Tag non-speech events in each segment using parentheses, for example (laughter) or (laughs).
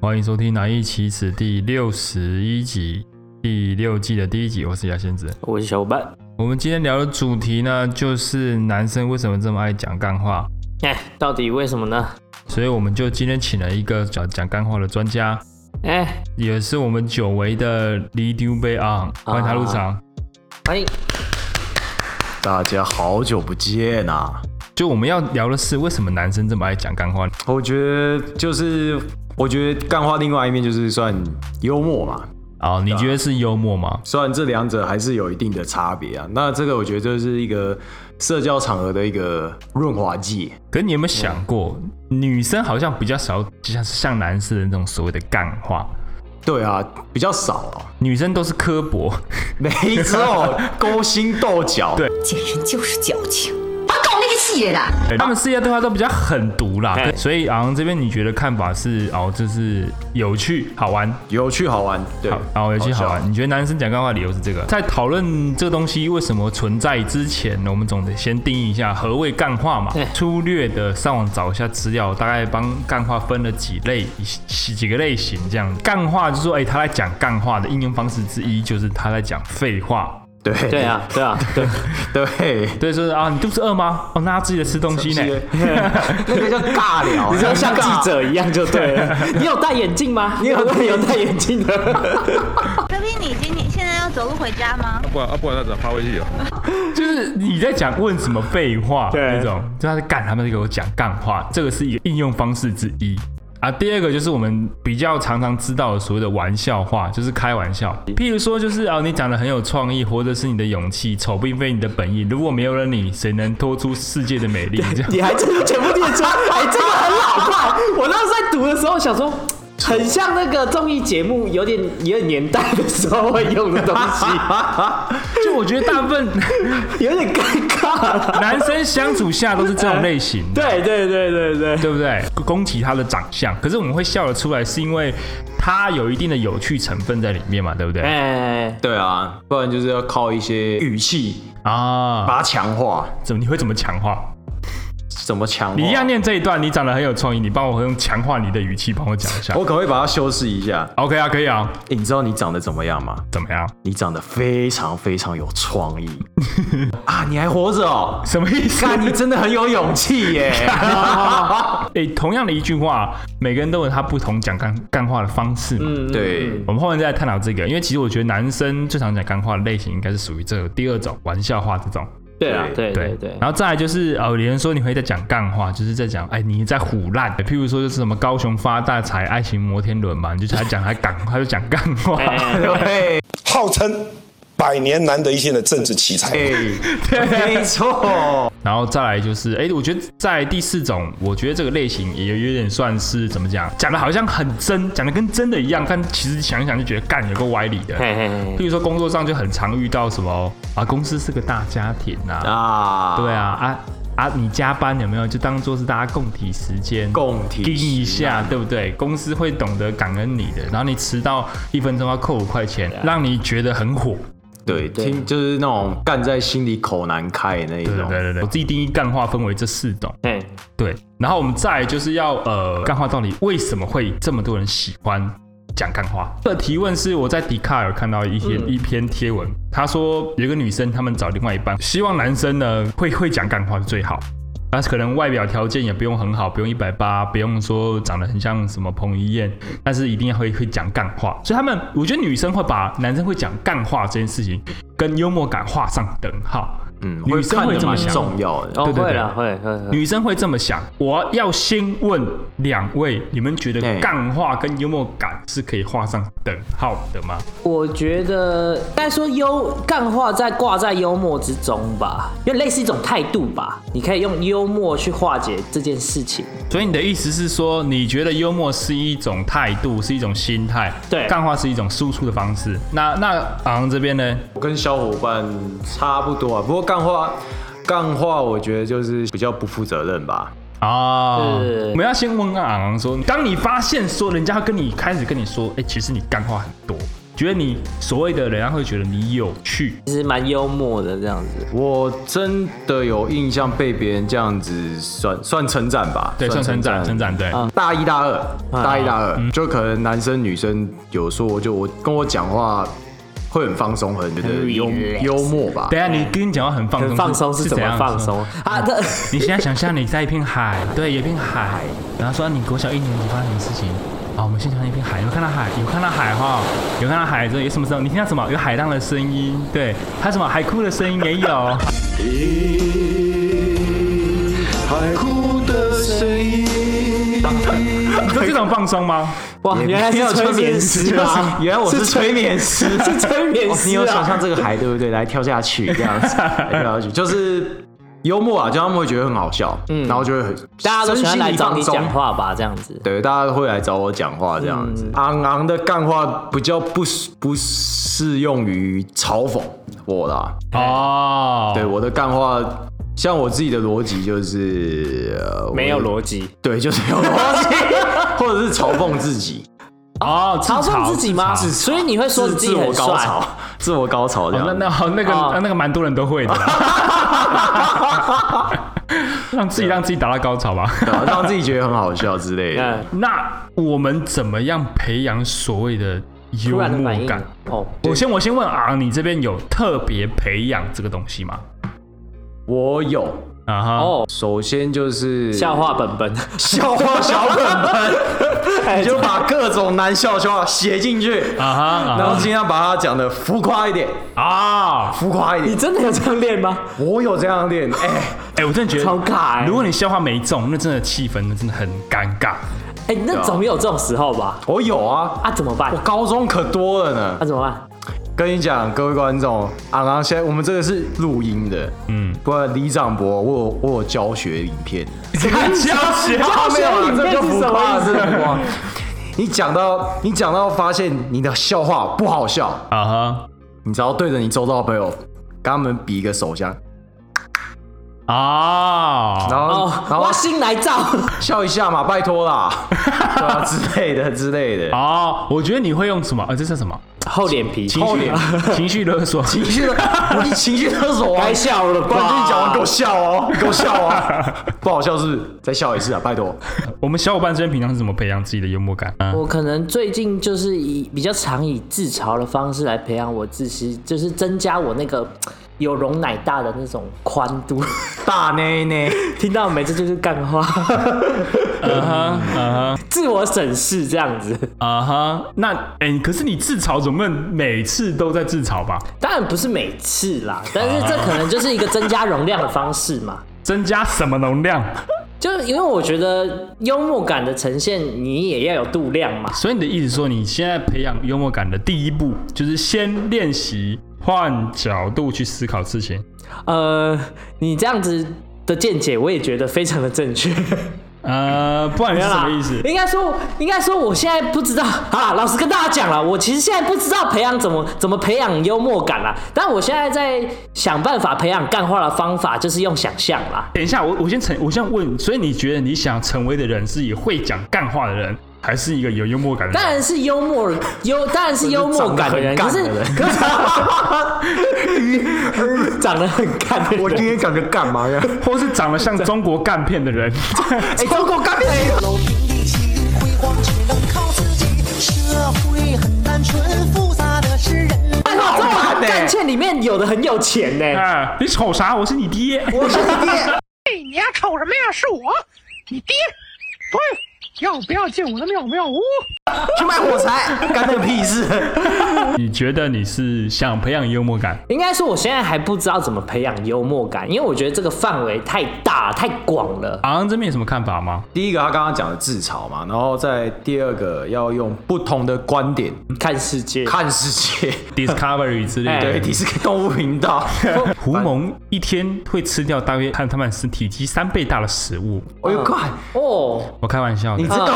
欢迎收听《难易启齿》第六十一集，第六季的第一集。我是牙仙子，我是小伙伴。我们今天聊的主题呢，就是男生为什么这么爱讲干话。哎，到底为什么呢？所以我们就今天请了一个讲讲干话的专家，哎，也是我们久违的 Lee d u b a On，欢啊迎他入场。欢迎。大家好久不见啊！就我们要聊的是，为什么男生这么爱讲干话？我觉得就是，我觉得干话另外一面就是算幽默嘛，啊，你觉得是幽默吗？虽然这两者还是有一定的差别啊。那这个我觉得就是一个社交场合的一个润滑剂。可你有没有想过，女生好像比较少，就像像男士的那种所谓的干话，对啊，比较少、啊，女生都是刻薄。没错，勾心斗角。对贱人就是矫情，把搞那个系列的。对他们世界对话都比较狠毒啦，对所以昂这边你觉得看法是哦，就是有趣好玩，有趣好玩，对好，哦有趣好笑玩。你觉得男生讲干话理由是这个？在讨论这个东西为什么存在之前，我们总得先定义一下何谓干话嘛对。粗略的上网找一下资料，大概帮干话分了几类几几个类型这样。干话就是说，哎、他在讲干话的应用方式之一就是他在讲废话。对对啊，对啊， (laughs) 对，对，对，就是啊，你肚子饿吗？哦，那他自己的吃东西呢。那个叫 (laughs) 尬聊，啊 (laughs) 你就像记者一样就对了。你有戴眼镜吗？你有戴有戴眼镜的。小斌，你今天现在要走路回家吗？不然啊，不然他怎么发微信啊？就是你在讲问什么废话对那种，就他在干，他们在给我讲干话，这个是一个应用方式之一。啊，第二个就是我们比较常常知道的所谓的玩笑话，就是开玩笑。譬如说，就是啊，你讲的很有创意，活着是你的勇气，丑并非你的本意。如果没有了你，谁能拖出世界的美丽？这样 (laughs) 你还真的全部念出来， (laughs) 哎，这个很老派。我那时候在读的时候想说。很像那个综艺节目，有点有点年代的时候会用的东 (laughs) 西，就我觉得大部 (laughs) 分有点尴尬。男生相处下都是这种类型。对对对对对，对不对？攻击他的长相，可是我们会笑得出来，是因为他有一定的有趣成分在里面嘛，对不对？哎， (laughs) 对啊，不然就是要靠一些语气啊，把它强化。怎么你会怎么强化？怎么强化？你一样念这一段，你讲的很有创意，你帮我用强化你的语气帮我讲一下。哦我可能会把它修饰一下。 OK 啊，可以啊，欸你知道你长得怎么样吗？怎么样？你长得非常非常有创 (laughs) 意啊！你还活着哦，什么意 (laughs) 思？看你真的很有勇 (laughs) 气耶！诶、哎同样的一句话，每个人都有他不同讲干干话的方式嘛。嗯，对，我们后面再来探讨这个，因为其实我觉得男生最常讲干话的类型应该是属于这个第二种玩笑话这种。对啊，对对对，然后再来就是呃，有人说你会在讲干话，就是在讲哎你在唬烂，譬如说就是什么高雄发大财、爱情摩天轮嘛，你就他讲他干，他就讲干话。哎对，号称百年难得一见的政治奇才。对，没错，然后再来就是，哎，我觉得在第四种，我觉得这个类型也有有点算是怎么讲，讲的好像很真，讲的跟真的一样，但其实想一想就觉得干有个歪理的。嘿嘿嘿，譬如说工作上就很常遇到什么啊，公司是个大家庭啊，啊，对，啊啊啊，你加班有没有就当做是大家共体时间，共体盯一时难下，对不对？公司会懂得感恩你的，然后你迟到一分钟要扣五块钱，让你觉得很火。对，听就是那种干在心里口难开的那一对种对，对对，我自己定义干话分为这四种。嘿，对，然后我们再来就是要呃，干话到底为什么会这么多人喜欢讲干话？这个提问是我在迪卡尔看到一嗯篇、一篇贴文，他说有一个女生，他们找另外一半，希望男生呢会会讲干话是最好。但是可能外表条件也不用很好，不用一百八，不用说长得很像什么彭于晏，但是一定要会会讲干话。所以他们，我觉得女生会把男生会讲干话这件事情跟幽默感画上等号。嗯，女会生看会得这么蛮想。重要的。哦，对对对会了，会会会，女生会这么想，我要先问两位，你们觉得对干话跟幽默感是可以画上等号的吗？我觉得该说幽干话在挂在幽默之中吧，因为类似一种态度吧，你可以用幽默去化解这件事情。所以你的意思是说，你觉得幽默是一种态度，是一种心态，对干话是一种输出的方式。那那昂这边呢？我跟小伙伴差不多啊，不过干话，干话我觉得就是比较不负责任吧。啊对对对我们要先问昂昂说，当你发现说人家跟你开始跟你说，哎、其实你干话很多，觉得你所谓的人家会觉得你有趣，其实蛮幽默的这样子。我真的有印象被别人这样子算算称赞吧，对，算成长，成长，对，嗯大一大二，啊大一大二，就可能男生女生有说，就我跟我讲话会很放松，很觉得幽 relax 幽默吧等。一下你跟你讲话很放松，很放松是怎么样放松啊？这你现在想象你在一片海，对，有一片海，然后说你国小一年级发生什么事情？啊、我们现场一片海，有看到海，有看到海哈，有看到海，这有什么声音？你听到什么？有海浪的声音，对，还有什么海哭的声音也有。海哭的声音，你说这种放松吗？哎哇，原来是催眠师啊！ (laughs) 原来我是催眠师，是催眠哦师啊 (laughs) 你有想象这个海对不对？来跳下去这样子，来跳下去就是幽默啊，就他们会觉得很好笑，嗯，然后就会很大家都喜欢来找你身心一讲放松话嗯吧？这样子，对，大家会来找我讲话这样子，昂昂的干话比较不不适用于嘲讽我啦。哦，对，我的干话，像我自己的逻辑就是、呃、我没有逻辑，对，就是没有逻辑， (laughs) 或者是嘲讽自己，哦，自嘲讽自己吗？自嘲所以你会说自你自自己我很高帅潮， (laughs) 自我高潮这哦样。那那好，那个、啊哦那个蛮多人都 (laughs) 会的，让自己让自己达到高潮吧。对啊让自己觉得很好笑之类的。嗯，那我们怎么样培养所谓的幽突然的默反应感？哦，我先我先问啊，你这边有特别培养这个东西吗？我有，啊哈，哦，首先就是笑话本本， (laughs) 笑话小本 (laughs) 本，你就把各种难笑的笑话写进去，啊哈啊然后尽量把它讲的浮夸一点，哈啊！浮夸一你点。真的有这样练吗？我有这样练，哎、哎，我真的觉超得，尬欸如果你笑话没中，那真的气氛那真的很尴尬。哎，那总有这种时候吧？我有啊，啊，怎么办我？高中可多了那呢。怎么办？跟你讲，各位观众，啊，然后现在我们这个是录音的，嗯，不然李长博，我有我有教学影片，教学啊没有啊影片这就是浮什么夸意了，思这就浮夸。啊你讲到你讲到发现你的笑话不好笑，啊哈你只要对着你周遭的朋友，跟他们比一个手相，啊！然后、哦，然后哇，新来照，笑一下嘛，拜托啦，对啊之类的之类的。哦，我觉得你会用什么？呃，这是什么？厚脸皮，情绪情绪勒 (laughs) 索。情绪勒，你情绪勒索啊！该笑了吧？冠军讲完给我笑哦，给我笑哦，不好笑是不是？再笑一次啊，拜 (laughs) 托。我们小伙伴之间平常是怎么培养自己的幽默感？嗯我可能最近就是以比较常以自嘲的方式来培养我自己，就是增加我那个有容乃大的那种宽度。大内内， (laughs) 听到没？这就是干话，啊哈啊自我审视这样子。哈啊哈。那哎、可是你自嘲总不能每次都在自嘲吧？当然不是每次啦，但是这可能就是一个增加容量的方式嘛。增加什么能量？就是因为我觉得幽默感的呈现，你也要有度量嘛。所以你的意思说，你现在培养幽默感的第一步，就是先练习换角度去思考事情呃，你这样子的见解，我也觉得非常的正确。呃，不然没是有什啦么意思？ (laughs) 应该说，应该说，我现在不知道啊。老实跟大家讲了，我其实现在不知道培养怎么怎么培养幽默感啦。但我现在在想办法培养干话的方法，就是用想象啦。等一下，我我先成，我先问，所以你觉得你想成为的人是以会讲干话的人，还是一个有幽默感的人？当然是幽默幽，当然是幽默感的人，可长是得很干的人可是 (laughs) 长得很干的人，我今天感觉干嘛呀？或是长得像中国干片的 (laughs) 人，哎，中国干面楼平地起，辉煌只能靠自己。社会很单纯，复杂的是人。干话中好国烂欸干片里面有的很有钱呢、啊，你瞅啥？我是你爹。我是你爹，你丫瞅什么呀？是我，你爹。对，要不要进我的妙妙屋？去卖火柴，干那个屁事！你觉得你是想培养幽默感？应该说，我现在还不知道怎么培养幽默感，因为我觉得这个范围太大太广了。昂、这边有什么看法吗？第一个他刚刚讲的自嘲嘛，然后在第二个要用不同的观点看世界，看世界。 Discovery 之类哎的。对，第四个动物频 (laughs) 道。狐獴一天会吃掉大约和它们是体积三倍大的食物。哎呦，快！嗯哦，我开玩笑的，你知道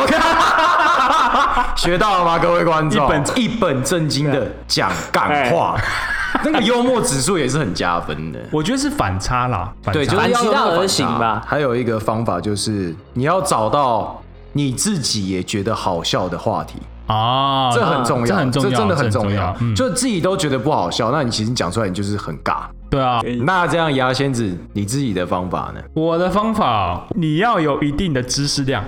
(laughs) 学到了吗，各位观众？一本哦一本正经的讲干话，哎 (laughs) 那个幽默指数也是很加分的。我觉得是反差啦。反差对，就是反要其道用那个而行吧反差还有一个方法就是，你要找到你自己也觉得好笑的话题，啊，这很重要，这很重要，真的很重要要。。嗯就自己都觉得不好笑，那你其实讲出来你就是很尬。对啊，那这样牙仙子，你自己的方法呢？我的方法，你要有一定的知识量，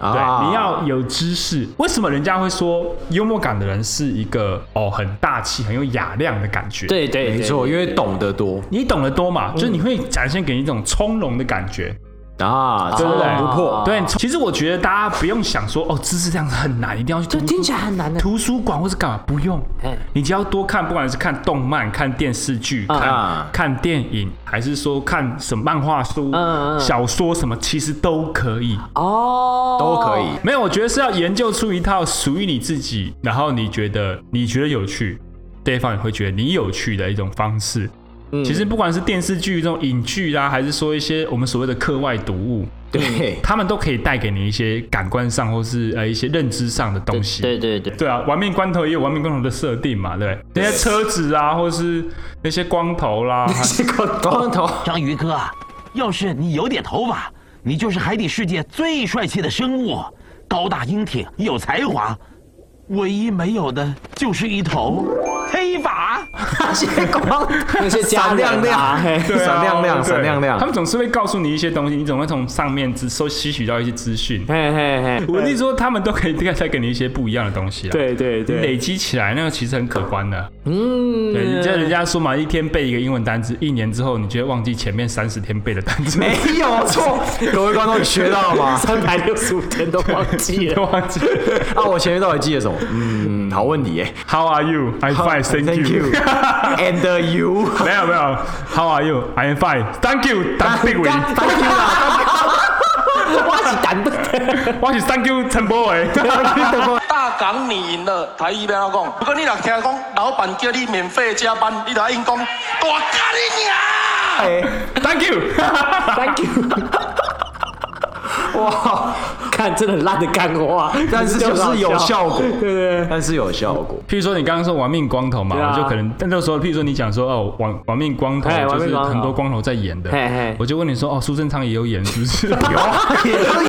啊对，你要有知识。为什么人家会说幽默感的人是一个哦很大气、很有雅量的感觉？，对对，没对错，因为懂得多你懂得多嗯嘛，就是你会展现给你一种从容的感觉。啊，对从不对容不迫。啊对，其实我觉得大家不用想说哦，知识量很难，一定要去这图听起来很难的。图书馆或是干嘛，不用哎，你只要多看，不管是看动漫、看电视剧、啊看啊看电影，还是说看什么漫画书嗯嗯、嗯小说什么，其实都可以。哦，都可以。没有，我觉得是要研究出一套属于你自己，然后你觉得你觉得有趣，对方也会觉得你有趣的一种方式。嗯其实不管是电视剧这种影剧啦、还是说一些我们所谓的课外读物，对，他们都可以带给你一些感官上或是呃一些认知上的东西。对对对，对啊，玩命关头也有玩命关头的设定嘛，对不对？那些车子啊，或是那些光头啦，嗯这个光头章鱼哥，要是你有点头发，你就是海底世界最帅气的生物，高大英挺，有才华。唯一没有的就是一头黑发。 (laughs) 那些光那些家闪人亮啊亮，嘿对啊闪亮亮，对闪亮亮他。们总是会告诉你一些东西，你总会从上面只收吸取到一些资讯。嘿嘿嘿，我的意思说，他们都可以带带给你一些不一样的东西啦。，对对累，积起来那个其实很可观的。嗯，对，你像人家说嘛，一天背一个英文单词，一年之后你就会忘记前面三十天背的单词， (laughs) 没有错，各位观众学到了吗？三百六十五天都忘记都 (laughs) 了。忘记。啊，我前面到底记了什么？嗯，好问题耶。 How are you? I'm fine, thank you. (laughs) And (laughs) you. 没有没有，How are you? I'm fine, thank you. 当碧伟， Thank you 啦， (laughs) 我是胆不得，我是 thank you 陈柏伟。大港你赢了，台语要安怎讲？如果你若听讲老板叫你免费加班，你就应讲大咖你娘！ (laughs) Thank you， Thank you。哇，看真的很烂的干啊话，但是就是有效果，对对但是有效果。譬如说你刚刚说玩命光头嘛，对啊我就可能但那时候，譬如说你讲说哦，玩玩命光头嘿玩就命是光头很多光头在演的嘿嘿，我就问你说哦，苏贞昌也有演是不是？ (laughs) 有。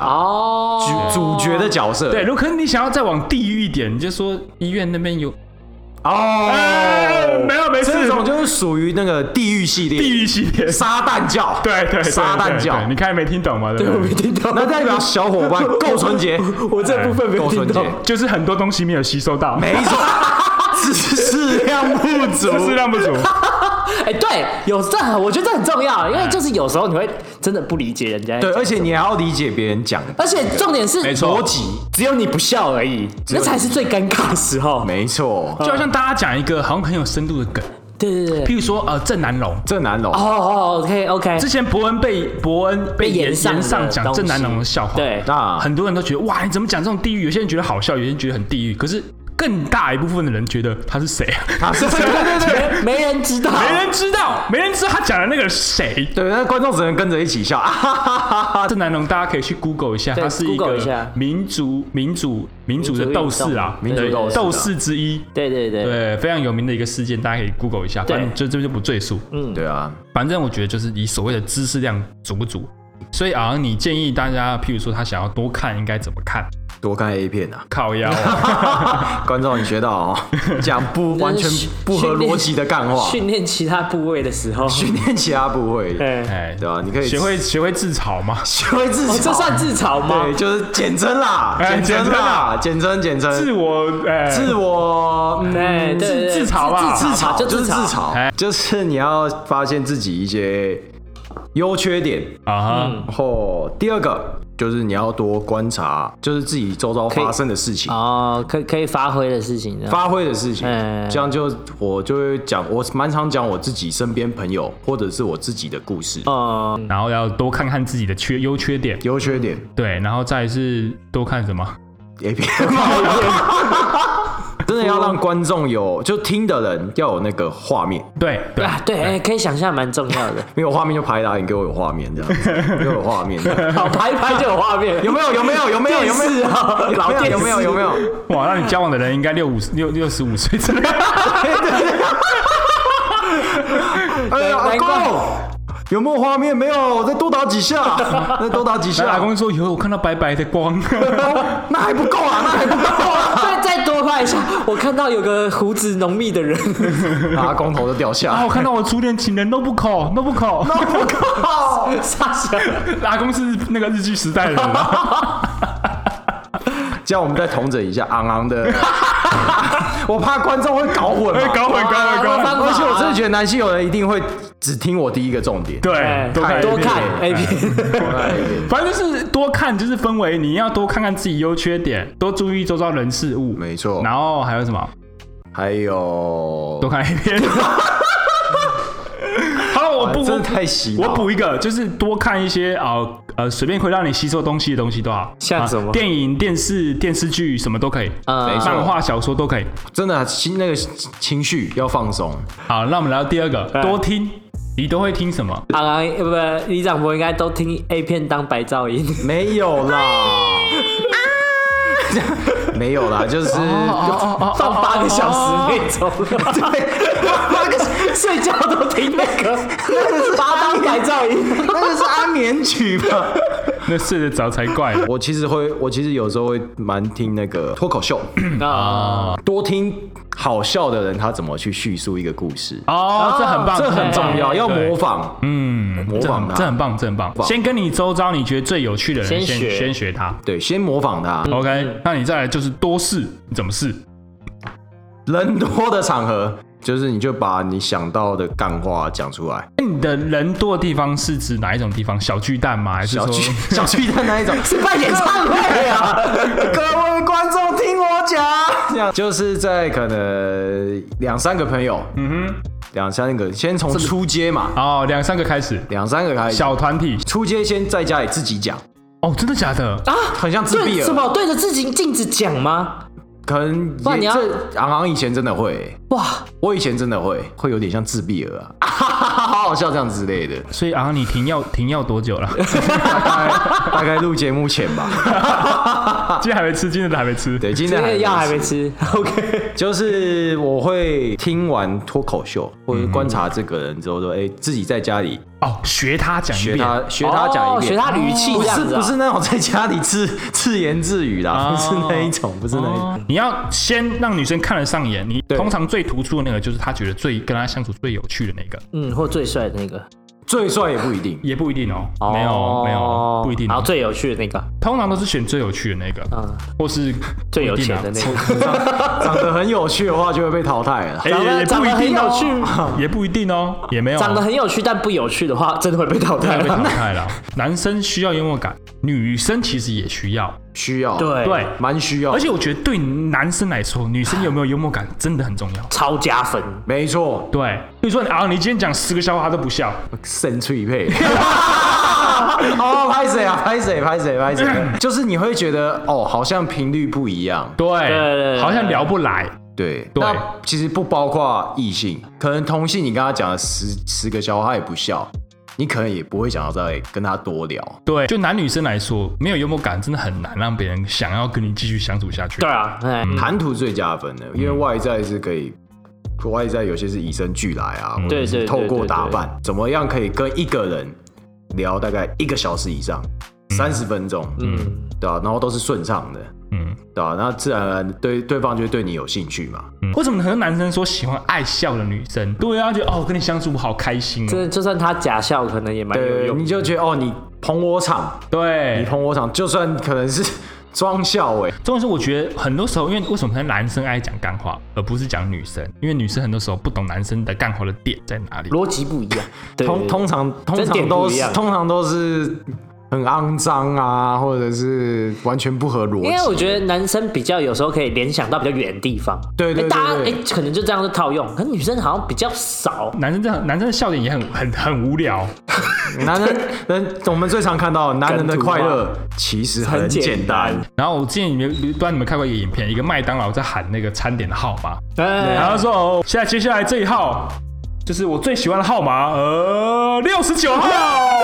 (laughs) 哦，主主角的角色，对，如果可能你想要再往地狱一点，你就说医院那边有哎哦，没有没事这种就是属于那个地狱系列，地狱系列。撒旦教，对对，对撒对旦对教对。你看没听懂吗？对对我不没对？听到，那代表小伙 (laughs) 伴够纯洁，我这部分没够听纯洁到，，就是很多东西没有吸收到，没 (laughs) 错，知识量不足知。识量不足。哎，对，有这很，我觉得这很重要，因为就是有时候你会真的不理解人家，哎对，而且你还要理解别人讲的而且重点是没错逻辑，只有你不笑而已，那才是最尴尬的时候。没错。就好像大家讲一个好像很有深度的梗，对对对，譬如说呃郑南龙，郑南龙哦哦，OK OK，之前伯恩被伯恩被被延延上的延上讲东西郑南龙的笑话，对啊那很多人都觉得哇，你怎么讲这种地狱？有些人觉得好笑，有些人觉得很地狱。可是更大一部分的人觉得他是谁啊？啊，是对对对对。没人知道，没人知道，没人知道他讲的那个人是谁。对，那观众只能跟着一 (laughs) 起笑啊！哈哈哈哈郑南龙，大家可以去 Google 一下，对他是一 Google 一下个民族民主民主的斗士啊，民主运动对民主斗士啊斗士之一。对对对，对，非常有名的一个事件，大家可以 Google 一下，对反正就这边就不赘述。对啊，反正我觉得就是以所谓的知识量足不足，所以啊，你建议大家，譬如说他想要多看，应该怎么看？多看 A 片啊！靠腰、啊，观众，你学 (laughs) 到哦，讲不完全不合逻辑的干话，训练其他部位的时候，训练其他部位，哎，哎，对啊你可以学会学会自嘲嘛，学会自哦嘲，这算自嘲吗？对，就是简称啦，哎啊简称啦，简称简自称，我，哎，自我嗯哎，对对对自自嘲吧自自嘲吧嘲，就就是自哎嘲，就是你要发现自己一些优缺点，啊哈，然后第二个就是你要多观察，就是自己周遭以发生的事情。哦，可可以发挥的事情，发挥的事情哎，这样就我就会讲，我蛮常讲我自己身边朋友或者是我自己的故事，哦，然后要多看看自己的缺优缺点，优 (laughs) 缺点 (laughs) 对，然后再来是多看什么？ A 片，真的要让观众有，就听的人要有那个画面，对对对啊，对，哎，可以想象蛮重要的，没有画面就拍打，你给我有画面 (laughs) 这样子，给我有画面，好 (laughs) 拍一拍就有画面了，有没有？有没有？有没有？有没有？老电视有没有？有没有？有没有哇，那你交往的人应该六五六六十五岁之类的，哎呀，阿难怪公，有没有画面？没有，再多打几下， (laughs) 再多打几那下。阿公说：“以后我看到白白的光。 (laughs) 那还不够啊，那还 (laughs) 不够啊！再再多拍一下，我看到有个胡子浓密的 (laughs) 人，阿公头都掉下啊，来我，看到我初恋情人 no 不口 no 不口。 (laughs) 我靠！傻笑。 (laughs) 阿公是那个日剧时代的人啊，这样我们再重整一下，昂昂的。 (laughs) 我怕观众会搞混嘛，哎搞混搞混搞混。而且我真的觉得男性友人一定会只听我第一个重点。对，多看哎多一遍看 A 片，哎反正就是多看，就是氛围，你要多看看自己优缺点，多注意周遭人事物。没错哦然后还有什么？还有多看 A 片。 (laughs) 好了，我不，哇真的我太洗脑我了补一个，就是多看一些啊呃，随便会让你吸收东西的东西都好，像啊什么电影、电视、电视剧什么都可以，呃没错漫画、小说都可以。真的心那个情绪要放松，好，那我们来到第二个，多听，你都会听什么？ (laughs) 昂昂呃不不，李长博应该都听 A 片当白噪音。没有啦， (laughs) 没有啦，就是哦放八个小时那种，对，睡觉都听那个，八当白噪音。 (laughs) 那个是安眠曲嘛。那睡得着才怪呢。我其实会，我其实有时候会蛮听那个脱口秀，啊，多听好笑的人他怎么去叙述一个故事，哦，这很棒，这很重要，对要对模仿，嗯，模这仿很他这很棒，这很棒。棒先跟你周遭你觉得最有趣的人先先学先学他。对，先模仿他。 OK，那你再来就是多试，你怎么试？人多的场合，就是你就把你想到的干话讲出来，那哎你的人多的地方是指哪一种地方？小巨蛋吗？还是小说巨 (laughs) 小巨蛋那一种，是办演唱会 (laughs) 啊！各位观众听我讲，这样就是在可能两三个朋友，嗯哼，两三个，先从初阶嘛， (laughs) 哦，两三个开始，两三个开始，小团体。初阶先在家里自己讲，哦，真的假的？啊，很像自闭对了什么对着自己镜子讲吗？可能不然你也要这昂昂以前真的会，哇，我以前真的会，会有点像自闭儿啊， (laughs) 好好笑这样之类的，所以啊，你停药停药多久 (laughs) 了？大概大概录节目前吧， (laughs) 今天还没吃，今天的还没吃。对，今这天个药还没没吃。OK， (laughs) 就是我会听完脱口秀或者观察这个人之后说，哎、嗯自己在家里哦，学他讲一学遍。他学他讲哦一遍，学他语气不这是样子啊不是那种在家里自 (laughs) 自言自语啦，哦不是那一种，不是那一种。哦你要先让女生看得上眼，你对通常最突出的那个就是她觉得最跟她相处最有趣的那个，嗯，或最帅的那个，最帅也不一定，也不一定哦，没有没有不一定然哦，后最有趣的那个，通常都是选最有趣的那个，嗯，或是最有钱的那 (laughs) 个，个，长得很有趣的话就会被淘汰了。哎也也长不得一很定有哦，(laughs) 趣，也不一定哦，也没有哦长得很有趣但不有趣的话，真的会被淘汰啊太。 (laughs) 被淘汰了。男生需要幽默感，女生其实也需要，需要，对对，蛮需要。而且我觉得对男生来说，女生有没有幽默感真的很重要。超加分，没错，对，比如说啊，你今天讲十个笑话他都不笑，神脆配。 (laughs) 哦，拍谁啊？拍谁？拍谁？拍谁？就是你会觉得哦，好像频率不一样。对对，对好像聊不来，对，对那其实不包括异性，可能同性你跟他讲了十十个笑话，他也不笑，你可能也不会想要再跟他多聊。对，就男女生来说，没有幽默感真的很难让别人想要跟你继续相处下去。对啊，哎，谈吐最加分的，因为外在是可以。外在有些是与生俱来啊，或者对对是对透过对打对扮，怎么样可以跟一个人聊大概一个小时以上，三十分钟，嗯。对啊，然后都是顺畅的，嗯，对啊，那自然而然对对方就会对你有兴趣嘛。嗯为什么很多男生说喜欢爱笑的女生？对啊，觉得哦，跟你相处好开心真哦。的，就算他假笑，可能也蛮哎有哎对，用你的。就觉得哦，你捧我场，你对，捧我场，就算可能是装笑哎、重点是我觉得很多时候，因为为什么男生爱讲干话，而不是讲女生？因为女生很多时候不懂男生的干话的点在哪里。逻辑不一样，对通通常通这点不常都一是样通常都是很肮脏啊，或者是完全不合逻辑。因为我觉得男生比较有时候可以联想到比较远的地方，对对哎大家对哎对可能就这样就套用，可是女生好像比较少。男生这样，男生的笑点也很很很无聊， (laughs) 男 (laughs) 人人我们最常看到男人的梗图啊快乐其实很简单，然后我之前你们不知道你们看过一个影片，一个麦当劳在喊那个餐点的号码，哎，然后说哦，现在接下来这一号就是我最喜欢的号码，呃，六十九号。 (laughs)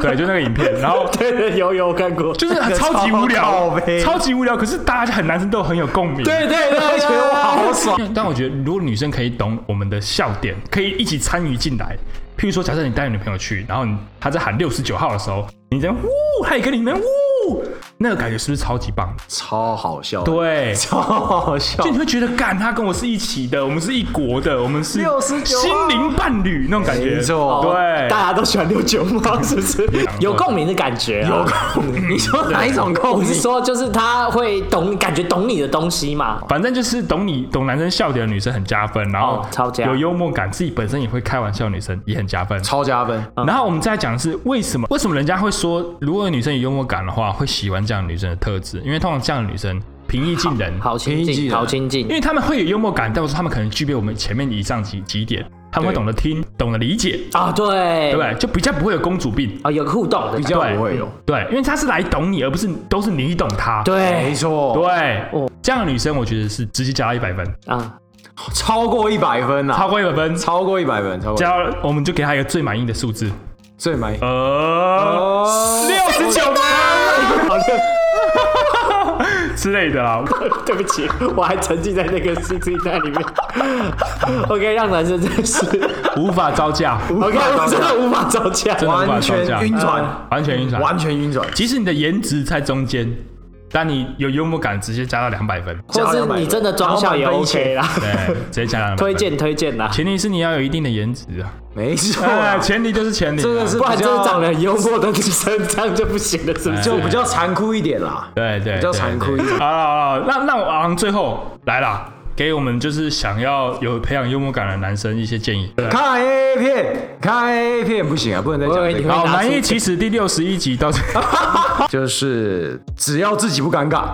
对，就那个影片，然后对 (laughs) 对，有有我看过，就是那个超级超无 (laughs) 靠聊，背超级无聊，可是大家很男生都很有共鸣。对对对，觉得我好爽。因为但我觉得，如果女生可以懂我们的笑点，可以一起参与进来。譬如说，假设你带你女朋友去，然后你她在喊六十九号的时候，你这样呜，她也跟你们呜，那个感觉是不是超级棒？ (laughs) 超好笑，，对，超好笑就。你会觉得，干，她跟我是一起的，我们是一国的，我们是69心灵伴侣那种感觉，没错对，大家都喜欢六九吗？是不是哎 (laughs) 有共鸣的感觉、啊？有共鸣，你说哪一种共鸣我是说，就是他会懂，感觉懂你的东西嘛。反正就是懂你懂男生笑点的女生很加分，然后哦超加有幽默感，自己本身也会开玩笑，女生也很加分。超加分，然后我们再讲的是为什么为什么人家会说，如果女生有幽默感的话，会喜欢这样的女生的特质，因为通常这样的女生平易近人，好亲平易近近，人好亲因近。为他们会有幽默感，但我说他们可能具备我们前面以上几几点，他们会对懂得听，懂得理解，啊，对对不对？就比较不会有公主病。啊，有个互动的感比觉，较不会有，对，因为他是来懂你，而不是都是你懂他。没对错，，对，哦这样的女生我觉得是直接加到一百分，啊，超过一百分超啊，过一百分，超过一百分，超过加到我们就给她一个最满意的数字，最满意。呃，哦六十九分之类的啊啦。对不起，我还沉浸在那个 C C 在里面。OK，让 (laughs) 男生真是无法招架， OK，我真的无法招架。真的无法完招架全晕船，完全晕船。完全晕船，即使你的颜值在中间，但你有幽默感，直接加到两百 (laughs) 分。或是你真的装笑也 OK 啦，对，直接加到两百。推荐，推荐啊啦，前提是你要有一定的颜值啊。没错啊，哎，前提就是前提啊，这个是不然就是长得比很幽默的女生，这样就不行了，是哎不是？较就比较残酷一点啦。对对，比较对残酷对一点好了好了，那那我昂最后来啦，给我们就是想要有培养幽默感的男生一些建议。看 A 片，看 A 片不行啊，不能再我以为讲这你个会。好，拿出难易起始第六十一集到这。就是只要自己不尴尬，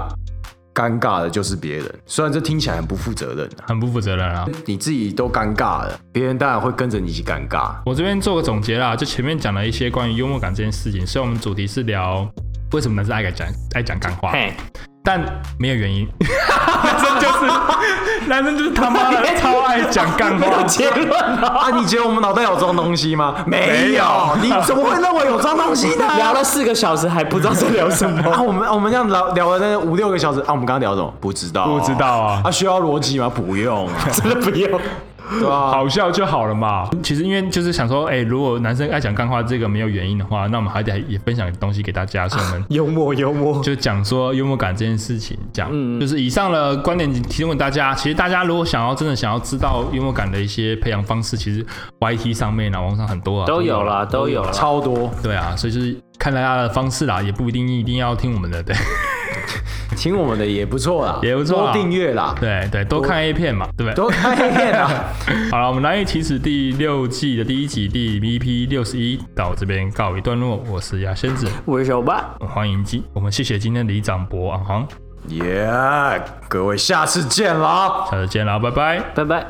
尴尬的就是别人。虽然这听起来很不负责任啊，很不负责任啊！你自己都尴尬了，别人当然会跟着你一起尴尬。我这边做个总结啦，就前面讲了一些关于幽默感这件事情，虽然我们主题是聊为什么男生爱讲爱讲干话，嘿，但没有原因， (laughs) 男生就是 (laughs) 男生就是他妈 (laughs) 的超爱讲干话，结论啊！你觉得我们脑袋有装东西吗？没有，你怎么会认为有装东西呢？ (laughs) 聊了四个小时还不知道在聊什么。啊，我们我们这样聊聊了那五六个小时啊，我们刚刚聊什么？不知道，不知道啊啊，需要逻辑吗？不用啊，真的不用，对啊，好笑就好了嘛。其实因为就是想说，哎、如果男生爱讲干话这个没有原因的话，那我们还得也分享东西给大家，所以我 (laughs) 们幽默，幽默，就讲说幽默感这件事情，讲、嗯就是以上的观点提供给大家。其实大家如果想要真的想要知道幽默感的一些培养方式，其实 YT 上面啊，网上很多啊都有啦，都有啦。超多。对啊，所以就是看大家的方式啦，也不一定一定要听我们的，对听我们的也不错啦，也不错啊啦啊多订阅啦，对对，多看 A 片嘛，对不对？多看 A 片啦。好了，我们《蓝玉起始》第六季的第一集第 EP 六十一到这边告一段落，我是牙仙子，我是小吧，欢迎今我们谢谢今天的李长博昂航，耶各位下次见啦！啊下次见啦，拜拜。拜拜。